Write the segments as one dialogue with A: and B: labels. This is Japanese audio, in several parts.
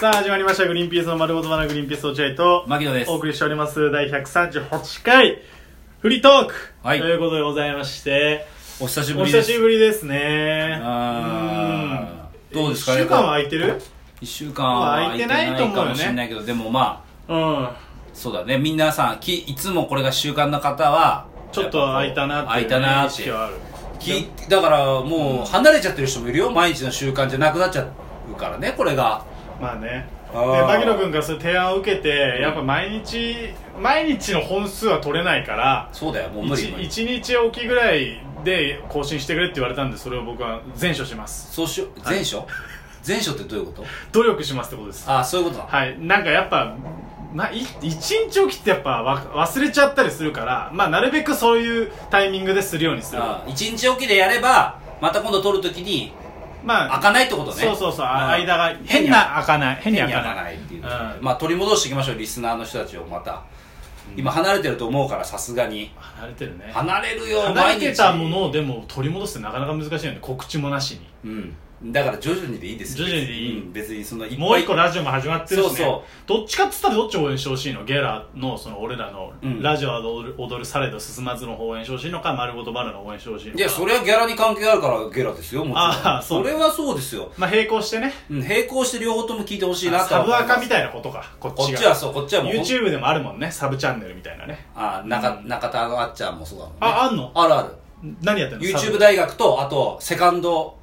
A: さあ始まりました「グリーンピースの丸ごとバナグリーンピース落合」と
B: 牧野です
A: お送りしております第138回フリートーク、
B: はい
A: ということでございまして
B: お久しぶ
A: お
B: りで
A: 久
B: す
A: しぶりですね
B: あー
A: うん
B: どうですか
A: 一
B: や
A: 週間は
B: っぱ
A: 空いてる
B: 1週間は
A: 空いてないと思うよ
B: 空いてないか
A: ね
B: もしれないけどでもまあ
A: うん
B: そうだね皆さんきいつもこれが習慣の方は
A: ちょっと空いたなって
B: 空
A: いうね、
B: いたな
A: 意
B: って
A: 識はある
B: きだからもう離れちゃってる人もいるよ毎日の習慣じゃなくなっちゃうからねこれが
A: まあねで
B: あー
A: 牧野君からそういう提案を受けて、やっぱ毎日毎日の本数は取れないから
B: そうだよもう無理無理
A: 1, 日おきぐらいで更新してくれって言われたんでそれを僕は全処します
B: そうしよ前書前書ってどういうこと
A: 努力しますってことです
B: ああそういうことだ
A: はいなんかやっぱ、ま、い1日おきってやっぱわ忘れちゃったりするから、まあ、なるべくそういうタイミングでするようにする
B: ああ1日おきでやればまた今度撮るときに開
A: まあ
B: かないってことね
A: そうそうそう、
B: ああ
A: 間が変
B: 変
A: な
B: な
A: 開かない変に
B: 変
A: 開
B: に
A: か
B: 開かな
A: ない
B: いっていう、
A: うん
B: まあ取り戻していきましょうリスナーの人たちをまた、今離れてると思うからさすがに
A: 離れてるね
B: 離れるよ
A: 離れてたも
B: 毎
A: のをでも取り戻すってなかなか難しいよね告知もなしに
B: 日うんだから徐々にでいいですよ
A: 徐々にでいい
B: うん別にそんないっぱい
A: もう一個ラジオも始まってるし、
B: そ
A: ね、
B: うそう
A: どっちかっつったらどっちを応援してほしいのゲラのその俺らの
B: うん
A: ラジオは踊る,、踊るされど進まずの方を応援してほしいのか丸ごとバナナを応援してほしいのか
B: いやそれはギャラに関係あるからゲラですよもちろん
A: ああそう
B: れはそうですよ、
A: まあ並行してね
B: うん、並行して両方とも聞いてほしいなと
A: サ
B: は思
A: ブ
B: いま
A: ア
B: す
A: カみたいなことかこっ
B: こ
A: ち
B: っ
A: が
B: ちはそうこっちはもう
A: YouTube でもあるもんねサブチャンネルみたいなね
B: あ中中田のあっちゃんもそうだもんね
A: ああんの
B: あるある
A: 何やってんのサブ
B: YouTube 大学とあとセカンド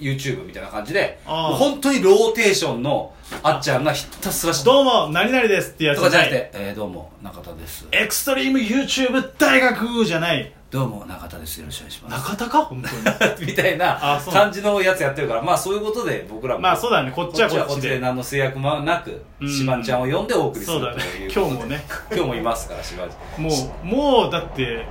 B: YouTube みたいな感じで
A: あー
B: もう本当にローテーションのあっちゃんがひたすらし
A: どうも何々ですってやつ
B: とかじゃなくて、えーどうも中田です
A: エクストリーム YouTube 大学じゃない
B: どうも中田ですよろしくお願いします
A: 中田か本当 に
B: みたい
A: あ
B: な
A: そう
B: 感じのやつやってるからまあそういうことで僕らも
A: まあそうだねこっちはこっちで
B: こで何の制約もなく
A: うん
B: しばんちゃんを呼んでお送りする
A: そう
B: と
A: だね
B: いう
A: 今
B: こ
A: 日
B: と
A: もね
B: で今日もいますからしばんちゃ
A: もうもうだって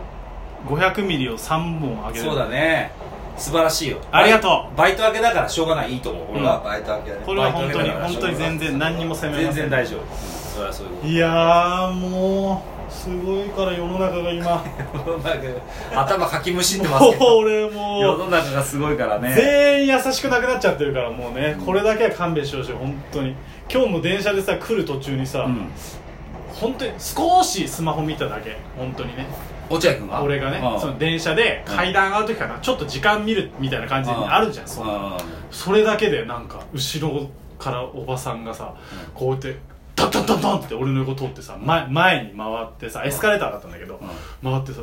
A: 500ミリを3本あ
B: ん
A: げる
B: そうだね素晴らしいよ
A: ありがと
B: バイト明けだからしょうがないいいと思う俺は
A: うん
B: バイト明けだね
A: これは本当
B: バイト明け
A: に
B: だからしょ
A: 本
B: うが
A: 当
B: ない
A: に全然何にも責めま
B: 全
A: せん
B: 然大丈夫それはそういうこ
A: いやーもうすごいから世の中 が今
B: と世の中頭かきむしんでます
A: も
B: け
A: う
B: ど
A: 俺
B: 世
A: も
B: の
A: う
B: 中がすごいからね
A: 全員優しくなくなっちゃってるからもうねこれだけは勘弁してほしい本当に今日も電車でさ来る途中にさ、
B: うん
A: 本当に少しスマホ見ただけ本当にね
B: 落合君は
A: 俺がねその電車で階段上がる時かな、ちょっと時間見るみたいな感じにあるじゃんそんな
B: の
A: それだけでなんか後ろからおばさんがさ、こうやってダンダンダンダンって俺の横通ってさ前前に回ってさエスカレーターだったんだけど、回ってさ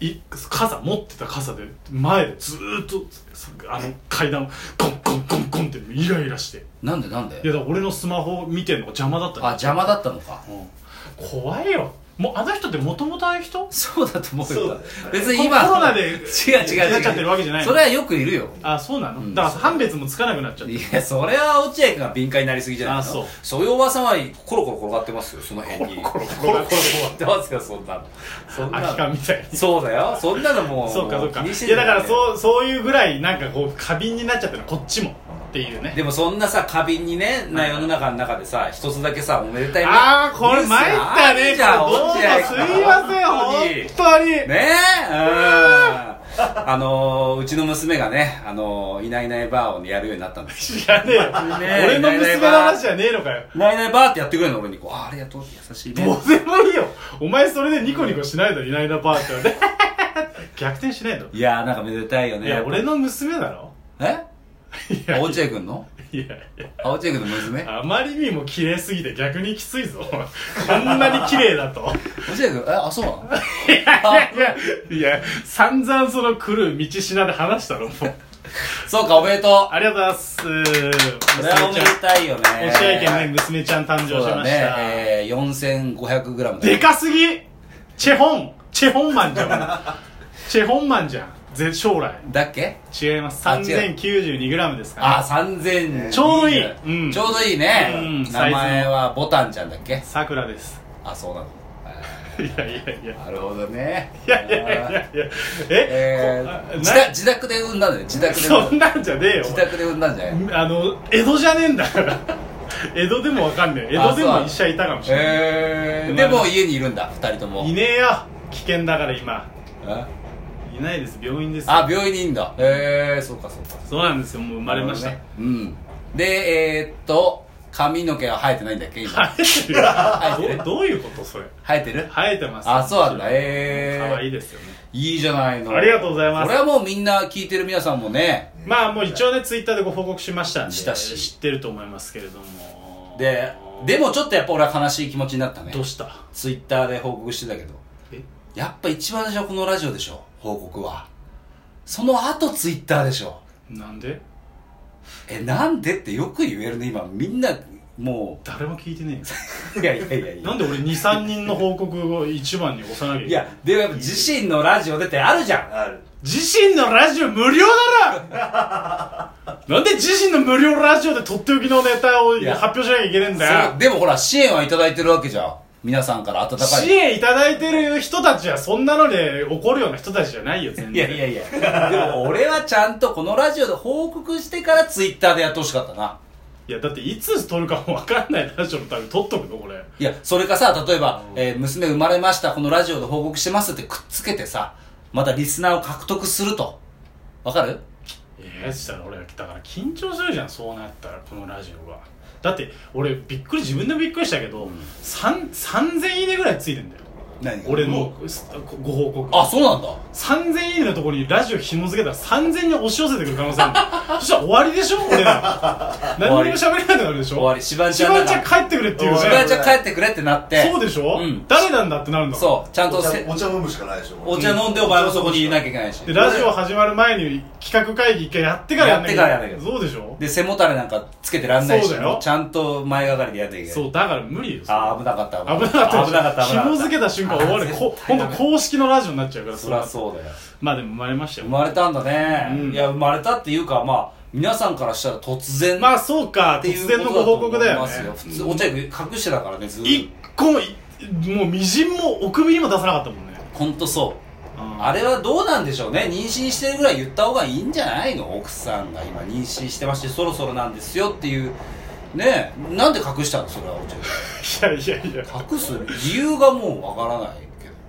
A: い傘持ってた傘で前でずーっとそあの階段をゴンゴンゴンゴンってイライラして
B: なんでなんで
A: いやだから俺のスマホ見てんのが邪魔だった
B: あ邪魔だったのか
A: うん怖いよもうあの人ってもともとああいう人
B: そうだと思う
A: そう
B: よ
A: だね
B: 別に今
A: コロナで
B: 違う違う違う
A: なっちゃってるわけじゃないの
B: それはよくいるよ
A: あそうなの、
B: うん
A: だから判別もつかなくなっちゃって
B: いやそれは落合君が敏感になりすぎじゃないの
A: あそう
B: そういうおばさんはコロコロ転がってますよその辺に
A: コロコロ
B: コロコロ転がってますよそんなのそんな
A: 空き
B: の
A: 缶みたいに
B: そうだよそんなのも
A: そうか
B: も
A: そうか
B: 気にして
A: い
B: んじ
A: や
B: ゃな
A: だ
B: い
A: からそうそういうぐらいなんかこう過敏になっちゃったのこっちもっていうね
B: でもそんなさ過敏にねな世の中の中でさ一つだけさおめでたい
A: ああこれ
B: ニュース
A: 参った
B: ある
A: ね
B: じゃん
A: これどうもすい
B: 落合君
A: ません
B: 本当に
A: 本当に
B: ねえうんあのーうちの娘がね、あのーいないいないばあをやるようになったんです
A: 知らねえよ
B: ね
A: 俺の娘の話じゃねえのかよ
B: いないいないばあってやってくれるの俺にこうあありがとうって優しいね
A: どうでもいいよお前それでニコニコしないといないなバーって言われて 逆転しないと
B: いやーなんかめでたいよね
A: いや俺
B: の
A: の娘だろ
B: え
A: いやい
B: あ落合君の
A: やいや
B: あ落合君の娘
A: あまりにも綺麗すぎて逆にきついぞこんなに綺麗だ と
B: 落合君えあそうなの
A: いや いや散々その来る道しなで話したろもう
B: そうかおめでとう
A: ありがとうございます。
B: これはおめでたいよね
A: お試合券ね、娘ちゃん誕生しま
B: そう
A: し
B: だ
A: た。
B: ね、えー、4500g
A: でかすぎチェホンチェホンマンじゃん。チェホンマンじゃん。ぜ将来。
B: だっけ
A: 違います。
B: あ違う
A: 3092g ですから、
B: あ3000
A: ちょうどいいうん
B: ちょうどいいね、
A: うん
B: 名前はボタンちゃんだっけ
A: さくらです。
B: あそうなの
A: いやいやいや。
B: なるほどね
A: いやいやいやいや。え
B: え
A: こあ
B: ー、自宅自宅で産んだんだよ自宅で産
A: そん
B: んだ
A: なんじゃねえよ。
B: 自宅で産んだんじゃない
A: あの、江戸じゃねえんだから。江戸でもわかんねえ。江戸でも医者いたかもしれない。
B: えー、でも家にいるんだ二人とも
A: いねえよ。危険だから今。
B: あ
A: いないです。病院ですよ。
B: あ病院にいんだへえー、そうかそうか
A: そうなんですよ。もう生まれました。
B: ねうんで、えー、っと、髪の毛は生えてないんだっけ今。
A: 生
B: えて
A: え
B: る
A: てるどういうことそれ
B: 生えてる
A: 生えてます
B: あそうなんだへー
A: 可愛いですよね
B: いいじゃないの。
A: ありがとうございます
B: これはもうみんな聞いてる皆さんもね、
A: まあもう一応ねツイッターでご報告しましたんで
B: したし
A: 知ってると思いますけれども
B: で、でもちょっとやっぱ俺は悲しい気持ちになったね
A: ど。うした
B: ツイッターで報告してたけど。
A: え
B: やっぱ一番最初はこのラジオでしょ報告は。その後ツイッターでしょ
A: なんで
B: え、なんでってよく言えるね、今。みんな、も
A: 誰も聞いてね
B: う。いやいやいやい
A: え
B: や。
A: なんで俺23人の報告を一番に押さなきゃい
B: い
A: けない
B: や、でもやっぱ自身のラジオでってあるじゃん。
C: ある
A: 自身のラジオ無料だろなんで自身の無料ラジオでとっておきのネタを
B: いや
A: 発表しなきゃいけねえんだ
B: そ
A: よ
B: うでもほら、支援はいただいてるわけじゃん。皆さんから温かい。
A: 支援いただいてる人たちはそんなので怒るような人たちじゃないよ全然
B: いやいやいや。でも俺はちゃんとこのラジオで報告してからツイッターでやってほしかったな。
A: いやだっていつ撮るかも分かんないラジオのために撮っとくのこれ
B: いや、それかさ、例えば、えー娘生まれました、このラジオで報告してますってくっつけてさ、またリスナーを獲得すると。わかる
A: ええそしたら俺だから緊張するじゃんそうなったらこのラジオがだって俺びっくり自分でもびっくりしたけど、三3000いいねぐらいついてんだよ
B: 何が
A: 俺のご報告
B: あ、そうなんだ。
A: 3000いいねのところにラジオ紐付けたら3000に押し寄せてくる可能性 あるのそしたら終わりでしょ俺ら何にも喋れなくなるでしょ
B: 終わりしばんち
A: し
B: ゃんだ
A: ば
B: から
A: んちゃん帰ってくれっていう
B: し
A: じ
C: 終
A: ゃ
C: わ
B: ば
A: ん
B: ちゃん帰ってくれってなって。
A: そうでしょ、
B: うん
A: 誰なんだってなるんだ
B: そう、ちゃんと
C: お茶
B: せ
C: お茶飲むしかないでしょ
B: お茶飲んでお前もそこにいなきゃいけないし。
A: でラジオ始まる前に企画会議一回やってからやんなきゃいけ
B: やってからやんなきゃ
A: そうでしょ
B: で、背もたれなんかつけてらんないし、
A: そうだよ
B: ちゃんと前がかりでやっていけない。
A: そうだから無理よ
B: あー危なかった。
A: 危なかった
B: 危なかった。危なか
A: 紐
B: った
A: 付けた瞬間終わる
B: あー
A: こ
B: 絶
A: ほ
B: 対
A: ん
B: ダ
A: と
B: メ
A: 公式のラジオになっちゃうから
B: そりゃ
A: う
B: そうだよ。
A: まあでも生まれました
B: 生
A: よ
B: まれたんだね。
A: うん
B: いや、生まれたっていうか、まあ、皆さんからしたら突然。
A: まあそうか
B: ってい
A: 突
B: う
A: 然のご報告だよ
B: ことだと思い
A: ね
B: ますよ普通、お茶よく隠してたからね、ず
A: 一
B: ーっ
A: 個もいもうみじんもお首にも出さなかったもんね
B: と。ほんとそう。あ
A: れ
B: れはどうなんでしょうね。妊娠してるぐらい言った方がいいんじゃないの奥さんが今妊娠してまして、そろそろなんですよっていう。ねえ、なんで隠したのそれはお茶よ
A: いやいやいや
B: 隠す理由がもうわからない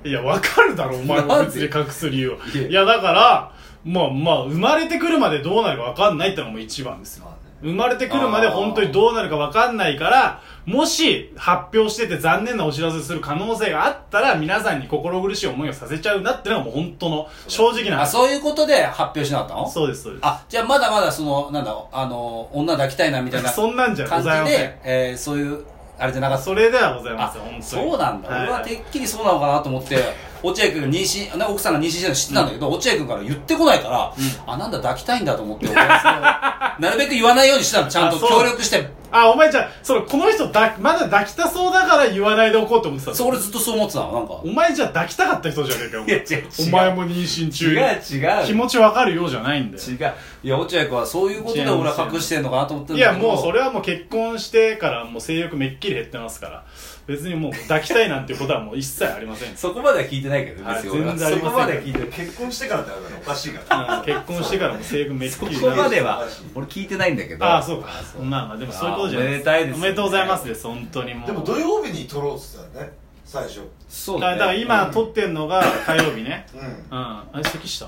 B: けど。
A: いやわかるだろお前
B: な
A: は
B: ん
A: 別
B: で
A: に隠す理由はい
B: や
A: いやだからまあまあ生まれてくるまでどうなるかわかんないってのがもう一番ですよ
C: まあね
A: 生まれてくるまで本当にどうなるか分かんないから、もし発表してて残念なお知らせする可能性があったら、皆さんに心苦しい思いをさせちゃうなってのがもう本当の正直な
B: あ、そういうことで発表しなかったの
A: そうです、そうです。
B: あ、じゃあまだまだその、なんだ、あの、女抱きたいなみたいな
A: そんなんじゃご
B: 感じ
A: ざいません
B: で。、えーそういう、あれじゃなかった。
A: それではございま
B: あ
A: せん、本当に。
B: そうなんだ、
A: はい
B: 俺はてっきりそうなのかなと思 って落合君が妊娠ね奥さんが妊娠してるの知ってたんだけど、落合君から言ってこないから、あなんだ抱きたいんだと思って俺 はそれをなるべく言わないようにしてたのちゃんと
A: あそう
B: 協力して
A: あ、お前じゃあその、この人だ、まだ抱きたそうだから言わないでおこうと思ってたの
B: そう俺ずっとそう思ってたのなんか
A: お前じゃあ抱きたかった人じゃねえかよ、お前
B: いや違う違う
A: お前も妊娠中に。
B: 違
A: 気持ちわかるようじゃないんだよ。
B: 違ういや落合君はそういうことで俺は隠してんのかなと思って
A: いやもうそ
B: れ
A: れはもう結婚してからもう性欲めっきり減ってますから別にもう抱きたいなんてことはもう一切ありま せん
B: そこまでは聞いてないけど
A: はい
B: 別に俺は
A: 全然ありません
B: そこまでは聞いてない
C: 結婚してからってあるからおかしいから
A: うん結婚してからも性欲めっき
B: そ
A: り
B: こ
A: 減
B: ま
A: って
B: では俺聞いてないんだけど
A: ああそうか
B: そう
A: まあまあでもそういうことじゃない
B: あーおめでたいです
A: お
B: ね
A: めでとうございますです本当にもう
C: でも土曜日に撮ろうっつったよね最初
B: そう
A: だ
B: だ,、
A: か
B: ね、
A: らだから今撮ってんのが火曜日ね
C: うん
A: うんあれ咳した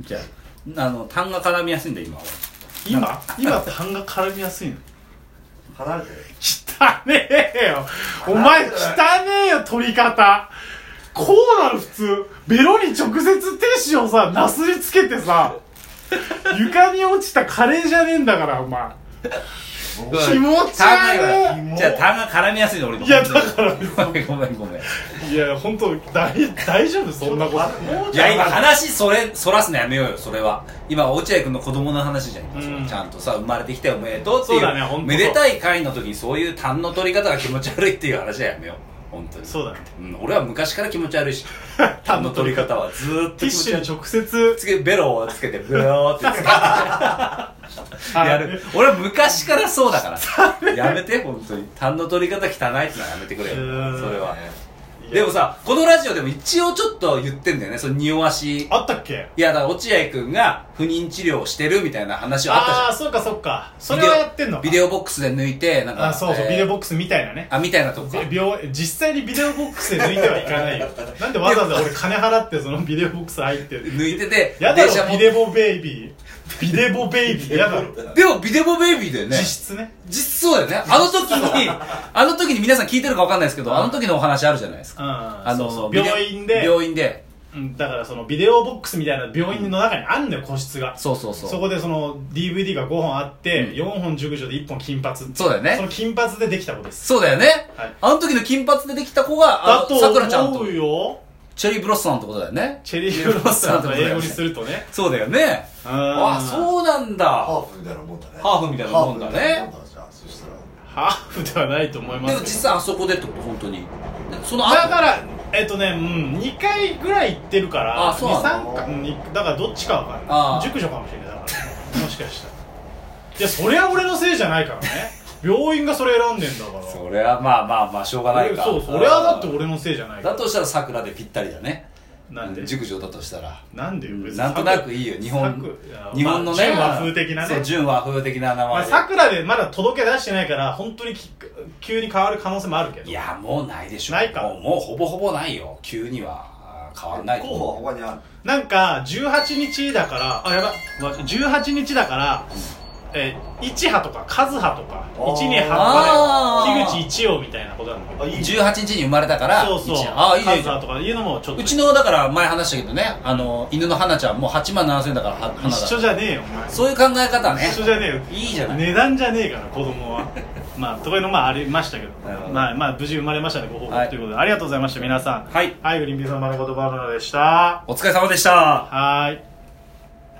B: じゃああの痰が絡みやすいんだ今俺
A: 今今痰が絡みやすいの
C: 離れて
A: 汚ねえよお前汚ねえよ取り方こうなる普通ベロに直接ティッシュをさなすりつけてさ床に落ちたカレーじゃねえんだからお前気持ち悪
C: い
B: じゃあ、痰が絡みやすいの、俺の。
A: いやだから
B: ごめん、ごめん、ごめん。い
A: いいや本当大大丈夫そんなこと
C: もうちょっ
B: や、今、話、それ、そらすのやめようよ、それは。今、落合君の子供の話じゃん、今それ
A: うん
B: ちゃんとさ、生まれてきておめでとうっていう。
A: そうだねほんと
B: めでたい会の時に、そういう痰の取り方が気持ち悪いっていう話はやめよう。本当に。
A: そうだね
B: うん、俺は昔から気持ち悪い し、痰の取り方はずーっと
A: テ
B: 気
A: ィッ
B: 持
A: シ
B: ち
A: ュ
B: 悪い
A: に。直接
B: つけベロをつけて、ブローってつけてやる。俺は昔からそうだ から。やめて、本当に。痰の取り方汚いってのはやめてくれよ。
A: う
B: そ
A: ーん
B: れ
C: と
B: は。
C: ね
B: でもさ、このラジオでも一応ちょっと言ってんだよね、その匂わし。
A: あったっけ
B: いや、だから落合くんが不妊治療をしてるみたいな話はあったじゃん
A: あ。あーそうかそうかそれはやってんのか
B: ビデオビデオボックスで抜いて、なんか。
A: あそうそう
B: えー
A: ビデオボックスみたいなね
B: あ、みたいなとこか。
A: び病実際にビデオボックスで抜いてはいかないよなんでわざわざ俺金払ってそのビデオボックス入ってる
B: 抜いてて、
A: やだ
B: 電車
A: ろ
B: も
A: ビデボベイビビデボベイビーやだろ
B: でも、ビデボベイビーだよね
A: 実。質ね
B: 実そうだよね。あの時 に、あの時に皆さん聞いてるかわかんないですけど、あの時のお話あるじゃないですか。
A: あ
B: あの、ビデ
A: 病院で
B: 病院で。
A: うんだからそのビデオボックスみたいな病院の中にあんだよ個室が
B: そうそうそう。
A: そこでその DVD が5本あって、
B: うん
A: 4本熟女で1本金髪
B: そうだよ
A: そ
B: ね。
A: の金髪でできた子です
B: そうだよね
A: はい。
B: あの時の金髪でできた子が、
A: だ
B: あの、さくらちゃ
A: と
B: ん
A: 思
B: と
A: う、よ
B: チェリーブロッサムってことだよね。
A: チェリー・ブロッサムと英語にするとね
B: そうだよね。あ、
A: う
B: そうなんだ。
C: ハーフみたいなもんだね
B: ハーフみたいなもんだね
C: ハーフみたいなもんだじゃあそしたら
A: ハーフではないと思い
B: で
A: ま
B: すも
A: け
B: 実
A: ど
B: 際あそこでってこと、本当に。その後
A: だからえっとね、うん、2回ぐらい行ってるから
B: あそうなの
A: 23回、うんいだからどっちかわかん
B: あ
A: な
B: あ
A: い熟女かもしれないだからもしかしたらいやそりゃ俺のせいじゃないからね病院がそれ選んでんだから
B: それはまあまあまあ、しょうがないか。
A: そうそりゃだって俺のせいじゃないか
B: だとしたら桜でぴったりだね。
A: らなんで
B: 熟女だとしたら。
A: なんでよ別に
B: なんとなくいいよ、日本
A: さくいや。
B: 日本のね。
A: まあ純和風的なね
B: そう、純和風的な名
A: まあ
B: 前で。
A: さくらでまだ届け出してないから本当にき急に変わる可能性もあるけど
B: いや、もうないでしょ。
A: ないか
B: もう、もうほぼほぼないよ。急にはあー変わんないと
C: 候補
B: 思う。
C: は他にある
A: なんか18日だからあやば18日だから、えー、一派とか和派とか
C: あー
A: 一二派と
B: あ
A: か
B: ー
A: で樋口一葉みたいなことなんだけど
C: い
B: 18日に生まれたから、
A: そうそう
B: 一年ああ、いい
A: 和
B: ね、いいね
A: 派とかいうのもちょっと
B: うちの、だから前話したけどね、あの、犬の花ちゃんもう8万7千だから、は花
A: 一緒
B: だ。
A: じゃねえよお前
B: そういう考え方ね。
A: 一緒じゃねえよ
B: いいじゃない。
A: 値段じゃねえから子 供はまあとかいうのもまあありましたけど
B: なるほど
A: まあまあ無事生まれましたねご報
B: はい
A: 告ということで、ありがとうございました皆さん
B: はい
A: はいグリーンピースの丸ごとバナナでした
B: お疲れ様でした。
A: はーい